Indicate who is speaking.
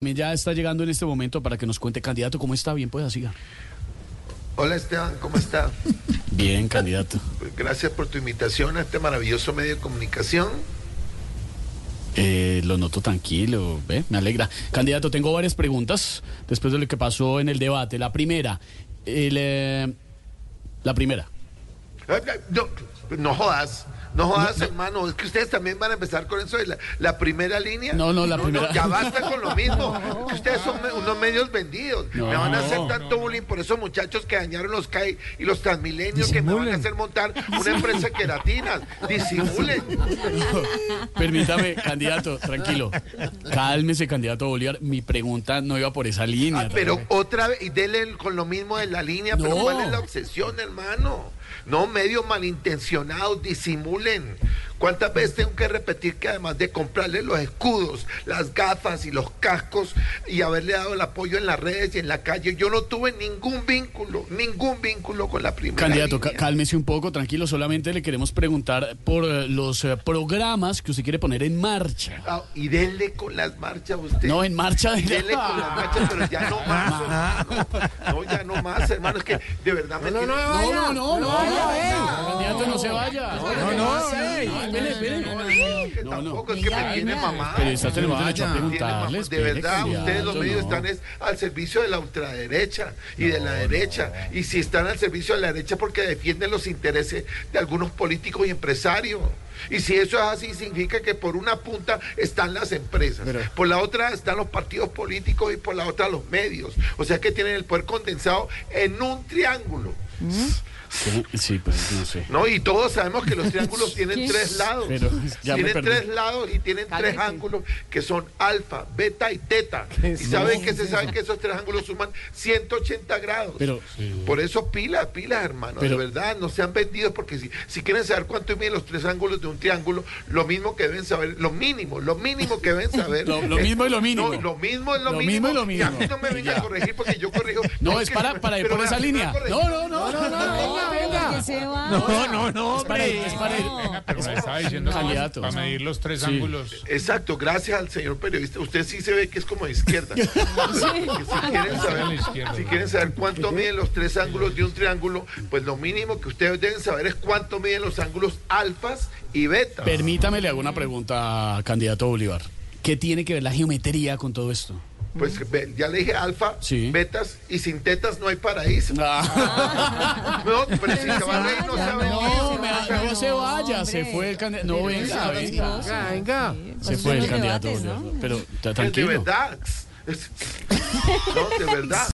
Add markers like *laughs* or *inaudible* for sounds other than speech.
Speaker 1: Ya está llegando en este momento para que nos cuente, candidato, ¿cómo está? Bien, pues así.
Speaker 2: Hola Esteban, ¿cómo está? Pues
Speaker 1: Bien, candidato.
Speaker 2: Gracias por tu invitación a este maravilloso medio de comunicación.
Speaker 1: Eh, lo noto tranquilo, ¿ve? me alegra. Candidato, tengo varias preguntas después de lo que pasó en el debate. La primera, el, eh, la primera.
Speaker 2: Ay, ay, No, no jodas, no jodas hermano, es que ustedes también van a empezar con eso de la, la primera línea.
Speaker 1: No, no, la primera.
Speaker 2: ya basta con lo mismo, es que ustedes son me- unos medios vendidos, me van a hacer tanto bullying por esos muchachos que dañaron los CAI y los Transmilenios que me van a hacer montar una empresa de queratinas, disimulen.
Speaker 1: *laughs* Permítame, candidato, tranquilo. Cálmese, candidato Bolívar. Mi pregunta no iba por esa línea.
Speaker 2: Ah, pero otra vez, y dele con lo mismo de la línea, pero
Speaker 1: No.
Speaker 2: ¿cuál es la obsesión, hermano? No, medios malintencionados, disimulen. ¿Cuántas veces tengo que repetir que además de comprarle los escudos, las gafas y los cascos y haberle dado el apoyo en las redes y en la calle, yo no tuve ningún vínculo, ningún vínculo con la primera
Speaker 1: Candidato, ca-
Speaker 2: línea.
Speaker 1: cálmese un poco, tranquilo. Solamente le queremos preguntar por eh, los eh, programas que usted quiere poner en marcha.
Speaker 2: Ah, y denle con las marchas a usted.
Speaker 1: No, en marcha. de-
Speaker 2: Dele con las marchas, pero ya
Speaker 1: *laughs*
Speaker 2: no más, hermano. No, ya no más, hermano. Es que de verdad me tiene-
Speaker 1: No, no, no, no. Candidato, no se vaya.
Speaker 3: No, no, ey.
Speaker 1: Espere, espere.
Speaker 2: que
Speaker 1: No, no.
Speaker 2: tampoco es que me tiene mamá.
Speaker 1: Pero está tenemos derecho a
Speaker 2: Tiene mamá.
Speaker 1: preguntarles.
Speaker 2: De verdad,
Speaker 1: espere,
Speaker 2: ustedes los
Speaker 1: candidato,
Speaker 2: medios
Speaker 1: no.
Speaker 2: están es al servicio de la ultraderecha y de la derecha. Y si están al servicio de la derecha porque defienden los intereses de algunos políticos y empresarios. Y si eso es así, significa que por una punta están las empresas, por la otra están los partidos políticos y por la otra los medios. O sea que tienen el poder condensado en un triángulo.
Speaker 1: Sí, Sí, pues no sé.
Speaker 2: No, y todos sabemos que
Speaker 1: *laughs*
Speaker 2: los triángulos tienen tres lados.
Speaker 1: Pero ya me
Speaker 2: tienen
Speaker 1: perdí.
Speaker 2: tres lados y tienen tres ángulos que son alfa, beta y teta. Y saben que se sabe que esos tres ángulos suman 180 grados.
Speaker 1: Pero-
Speaker 2: Por eso pilas, pilas, hermano.
Speaker 1: Pero-
Speaker 2: de verdad, no sean vendidos porque si, si quieren saber cuánto miden los tres ángulos de un triángulo, lo mismo que deben saber, lo mínimo, lo mínimo que deben saber.
Speaker 1: *laughs* Lo- lo
Speaker 2: es-
Speaker 1: mismo y lo mínimo.
Speaker 2: No, lo mismo es lo,
Speaker 1: Lo mismo y lo
Speaker 2: a mí
Speaker 1: mínimo.
Speaker 2: no me vengan
Speaker 1: Ya.
Speaker 2: a corregir porque yo corrijo. *laughs*
Speaker 1: No, es para, para ir
Speaker 2: pero
Speaker 1: por esa
Speaker 2: me van a
Speaker 1: línea.
Speaker 2: corregir.
Speaker 1: No, no, no, no, no, no.
Speaker 4: Venga, que se va.
Speaker 3: No, no, no,
Speaker 1: Es para él,
Speaker 3: hombre.
Speaker 1: es para él.
Speaker 4: No.
Speaker 5: Pero me estaba diciendo que
Speaker 1: Candidato.
Speaker 5: para medir los tres
Speaker 1: Sí.
Speaker 5: ángulos.
Speaker 2: Exacto, gracias al señor periodista. Usted sí se ve que es como
Speaker 1: *laughs*
Speaker 2: de izquierda. Porque si, quieren
Speaker 5: a la
Speaker 2: saber,
Speaker 5: izquierda.
Speaker 2: si quieren saber cuánto miden los tres ángulos de un triángulo, pues lo mínimo que ustedes deben saber es cuánto miden los ángulos alfas y betas.
Speaker 1: Permítame le hago una pregunta, candidato Bolívar. ¿Qué tiene que ver la geometría con todo esto? *laughs*
Speaker 2: Pues ve- ya le dije alfa,
Speaker 1: Sí.
Speaker 2: betas y sin tetas no hay paraíso. No, pero si se va a reír, no sabe.
Speaker 1: No, me-
Speaker 2: O sea,
Speaker 1: no se vaya, se
Speaker 4: hombre.
Speaker 1: fue el candidato. No, venga, venga.
Speaker 3: Venga, venga.
Speaker 1: Se fue el
Speaker 4: Los
Speaker 1: candidato.
Speaker 4: debates, ¿no?
Speaker 1: Bolívar. Pero ta-
Speaker 2: de
Speaker 1: tranquilo.
Speaker 2: verdad. Es- *laughs* No, de verdad.